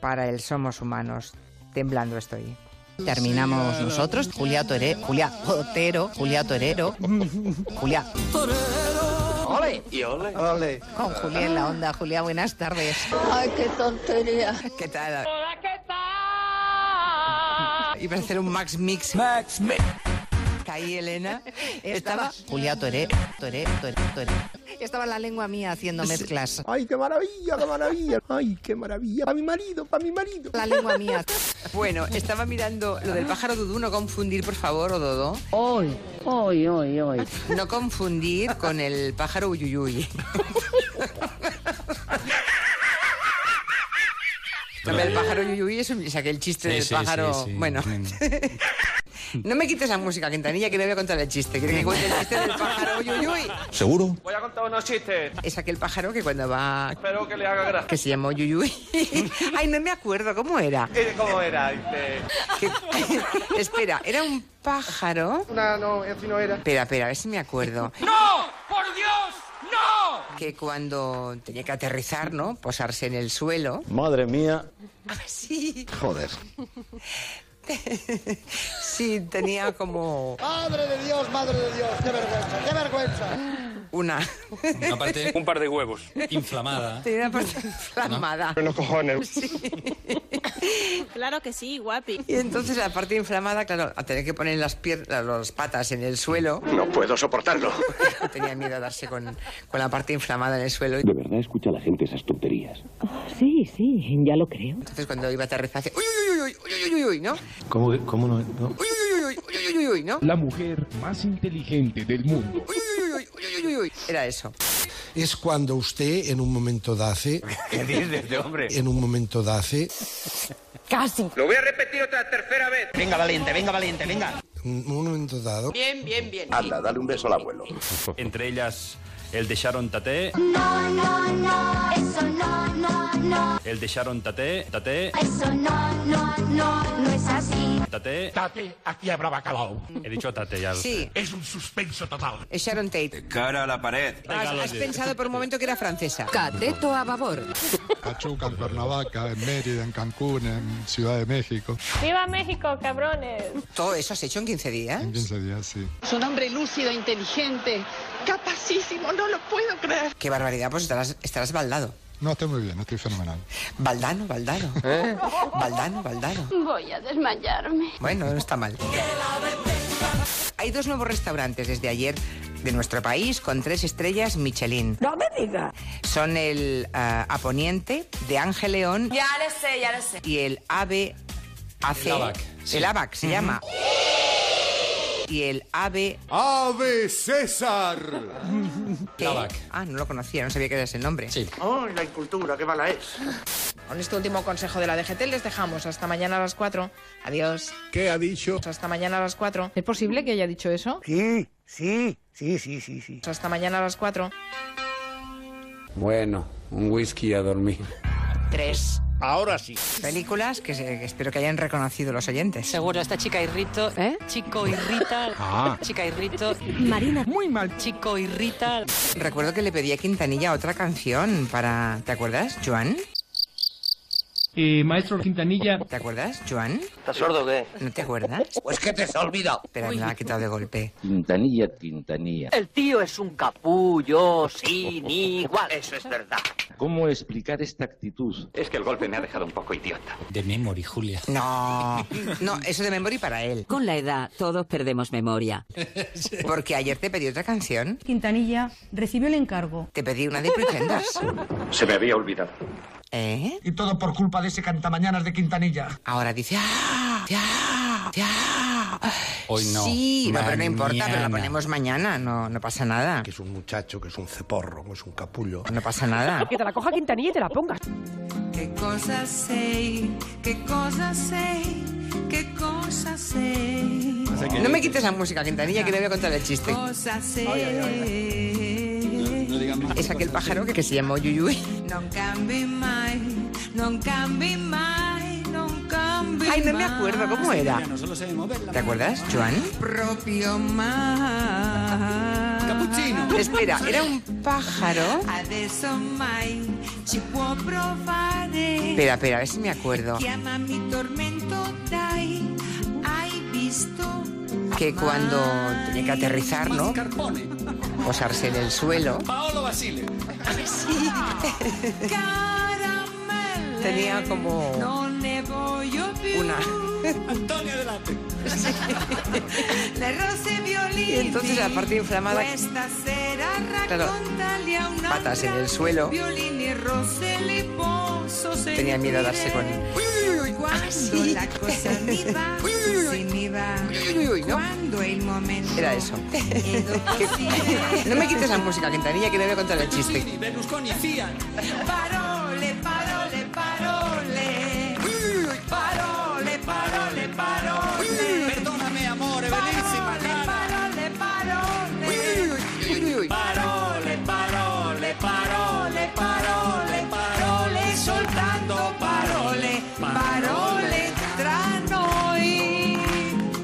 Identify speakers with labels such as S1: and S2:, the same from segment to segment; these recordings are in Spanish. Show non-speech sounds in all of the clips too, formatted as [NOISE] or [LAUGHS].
S1: para el Somos Humanos. Temblando estoy.
S2: Terminamos nosotros, Julia Torero, Julia Otero, Julia [LAUGHS] Torero, Julia.
S3: ¡Ole! Y ole.
S4: Ole.
S2: Con Julia en la onda. Julia, buenas tardes.
S5: Ay, qué tontería.
S2: ¿Qué tal?
S6: Hola, ¿qué tal?
S2: Iba a hacer un Max Mix.
S3: Max Mix.
S2: Caí, Elena. Estaba Julia Toré, Toré, Toré, Toré. Estaba la lengua mía haciendo mezclas.
S4: Ay, qué maravilla, qué maravilla. Ay, qué maravilla. Para mi marido, para mi marido.
S2: La lengua mía.
S1: Bueno, estaba mirando lo del pájaro Dudú, no confundir, por favor, o Dodo.
S7: Hoy, hoy, hoy, hoy.
S1: No confundir con el pájaro Uyuyuy. No, el pájaro Uyuyuy es un- o sea, que el chiste
S8: Sí,
S1: del
S8: sí,
S1: pájaro.
S8: sí, Mm. sí,
S1: bueno.
S8: entiendo.
S1: [LAUGHS] No me quites la música, Quintanilla, que le voy a contar el chiste. ¿Quieres que cuente el chiste del pájaro Uyuyuy?
S8: ¿Seguro?
S3: Voy a contar unos chistes.
S1: Es aquel pájaro que cuando va.
S3: Espero que le haga gracia.
S1: que se llamó Uyuyuy. [LAUGHS] Ay, no me acuerdo, ¿cómo era?
S3: Eh, ¿Cómo era? Dice.
S1: Que- [LAUGHS] espera, era un pájaro.
S4: Una no, en fin, no era.
S1: Espera, espera, a ver si me acuerdo.
S3: [LAUGHS] ¡No! ¡Por Dios! ¡No!
S1: Que cuando tenía que aterrizar, ¿no? Posarse en el suelo.
S8: Madre mía.
S1: Sí,
S4: Joder.
S1: sí, tenía como
S4: Madre de Dios, madre de Dios. Qué vergüenza, qué vergüenza.
S1: una. [LAUGHS]
S8: Una
S9: [LAUGHS]
S8: parte
S3: Un par de huevos.
S8: inflamada.
S1: Tenía una parte inflamada.
S4: Los cojones.
S6: Claro que sí, guapi.
S1: Y entonces la parte inflamada, claro, a tener que poner las piernas, las patas en el suelo.
S10: No puedo soportarlo.
S1: Tenía miedo a darse con, con la parte inflamada en el suelo.
S10: De verdad escucha la gente esas tonterías.
S7: Sí, sí, ya lo creo.
S1: Entonces cuando iba a aterrizar, hacía, uy, uy, uy, uy, uy, uy, uy, uy, ¿no?
S11: ¿Cómo, que- cómo no, no?
S1: Uy, uy, uy, uy, uy, uy, uy, uy, ¿no?
S12: La mujer más inteligente del mundo.
S1: Uy, uy, uy, uy, uy, uy, uy, uy. Era eso.
S11: Es cuando usted en un momento dace,
S3: [LAUGHS] ¿Qué dices, de hombre?
S11: en un momento dace,
S7: Casi.
S3: Lo voy a repetir otra tercera vez. Venga, valiente, venga, valiente, venga.
S11: en un momento dado,
S1: Bien, bien, bien.
S10: Anda, dale un beso al abuelo.
S8: Entre ellas, el de Sharon Tate,
S6: No, no, no, eso no, no, no.
S8: el de Sharon Tate, Tate,
S6: Eso no, no, no, no es así.
S8: Tate.
S12: Tate, aquí habrá bacalao.
S8: He dicho Tate ya.
S1: Sí,
S12: Es un suspenso total.
S1: es Sharon Tate.
S3: Cara a la pared.
S1: Has, has pensado por un momento que era francesa.
S2: Cateto a babor.
S12: Pachuca, en Cuernavaca, en Mérida, en Cancún, en Ciudad de México.
S6: ¡Viva México, cabrones!
S1: ¿Todo eso has hecho en 15 días?
S12: En 15 días, sí.
S5: Es un hombre lúcido, inteligente, capacísimo, no lo puedo creer.
S1: Qué barbaridad, pues estarás, estarás baldado.
S12: No, estoy muy bien, estoy fenomenal.
S1: Baldano, baldano. Baldano, baldano.
S6: Voy a desmayarme.
S1: Bueno, no está mal. Hay dos nuevos restaurantes desde ayer de nuestro país con tres estrellas Michelin. ¡No me digas! Son el ah, Aponiente de Ángel León
S6: Ya le sé, ya le sé.
S1: y el AB AC.
S8: El ABAC, sí.
S1: El ABAC se llama. Y el AB
S11: ¡Ave César!
S1: que-
S8: ABAC.
S1: Ah, no lo conocía, no sabía que era ese nombre.
S8: Sí.
S3: Oh, la incultura, qué mala es.
S5: Con este último consejo de la DGT les dejamos hasta mañana a las 4. Adiós.
S11: ¿Qué ha dicho?
S5: Hasta mañana a las 4. ¿Es posible que haya dicho eso? Sí, sí, sí, sí, sí, sí. Hasta mañana a las 4.
S10: Bueno, un whisky a dormir.
S1: Tres
S10: Ahora sí.
S1: películas que, se- que espero que hayan reconocido los oyentes.
S7: Seguro, esta chica irrito. ¿Eh? Chico irrita. Chica irrito. Marina. Ah. Muy mal. Chico irrita.
S1: Recuerdo que le pedí a Quintanilla otra canción para... ¿Te acuerdas, Joan?
S12: maestro Quintanilla.
S1: ¿Te acuerdas, Joan?
S3: ¿Estás sordo o qué?
S1: ¿No te
S3: [LAUGHS]
S1: acuerdas?
S3: Pues que te se ha olvidado.
S1: Espera, me la ha quitado de golpe.
S10: Quintanilla, Quintanilla.
S7: El tío es un capullo sin igual.
S3: Eso es verdad.
S10: ¿Cómo explicar esta actitud? Es que el golpe me ha dejado un poco idiota.
S8: De memory, Julia.
S1: No, no, eso de memoria para él.
S7: Con la edad, todos perdemos memoria.
S1: Porque ayer te pedí otra canción.
S7: Quintanilla recibió el encargo.
S1: Te pedí una de Pretenders.
S10: Se me había olvidado.
S1: ¿Eh?
S12: Y todo por culpa de ese cantamañanas de Quintanilla.
S1: Ahora dice... ¡Ah! ¡Ah! ¡Ah!
S8: Hoy no.
S1: Sí, no, pero no importa, pero la
S8: Mañana.
S1: ponemos mañana. No, no pasa nada.
S11: Que es un muchacho, que es un ceporro, que es un capullo.
S1: No pasa nada.
S7: Que te la coja Quintanilla y te la pongas.
S1: [LAUGHS] ¿Qué cosas sé? ¿Qué cosas sé? ¿Qué cosas sé? No me quites la música, Quintanilla, que le voy a contar el chiste. Cosas sé. Es aquel pájaro que, que se llamó Yuyuy. No cambi mai, no cambi mai, no cambi Ay, no me acuerdo, ¿cómo era? ¿Te acuerdas, Joan? Propio mai. chino. Espera, era un pájaro. Espera, espera, a ver si me acuerdo.
S9: Llama mi tormento dai, hai visto.
S1: Que cuando tenía que aterrizar, ¿no? Posarse en el suelo.
S9: Paolo Basile. Sí.
S1: Tenía como
S9: Non ne voglio più.
S1: una.
S9: Antonio Delate. Le rose violini.
S1: Y entonces la parte inflamada,
S9: Questa sera
S1: Claro.
S9: raccontali a una.
S1: patas en el suelo,
S9: Violini rose li posso
S1: tenía miedo a darse con.
S9: Cuando la cosa mi va, se mi va. Cuando el momento.
S1: Era
S9: [LAUGHS]
S1: eso. Que- No me quites la música, Quintanilla, que te voy a contar el chiste.
S9: Berlusconi, Fiat. Parole, parole, parole. Parole, parole, parole. Perdóname, amore, bellissima Parole, parole, parole. Parole, parole, parole, parole, parole. Soltanto parole, parole tra noi.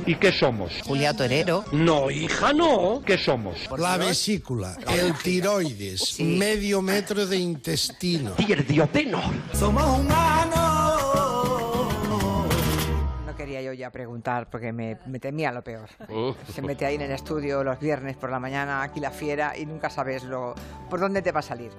S13: ¿Y qué somos?
S2: Julia Torero.
S13: No, hija, no. ¿Qué somos?
S11: La vesícula, el tiroides, medio metro de intestino.
S13: Y el dioteno.
S11: Somos
S1: No quería yo ya preguntar porque me, me temía lo peor. Se mete ahí en el estudio los viernes por la mañana, aquí la fiera, y nunca sabes lo, por dónde te va a salir.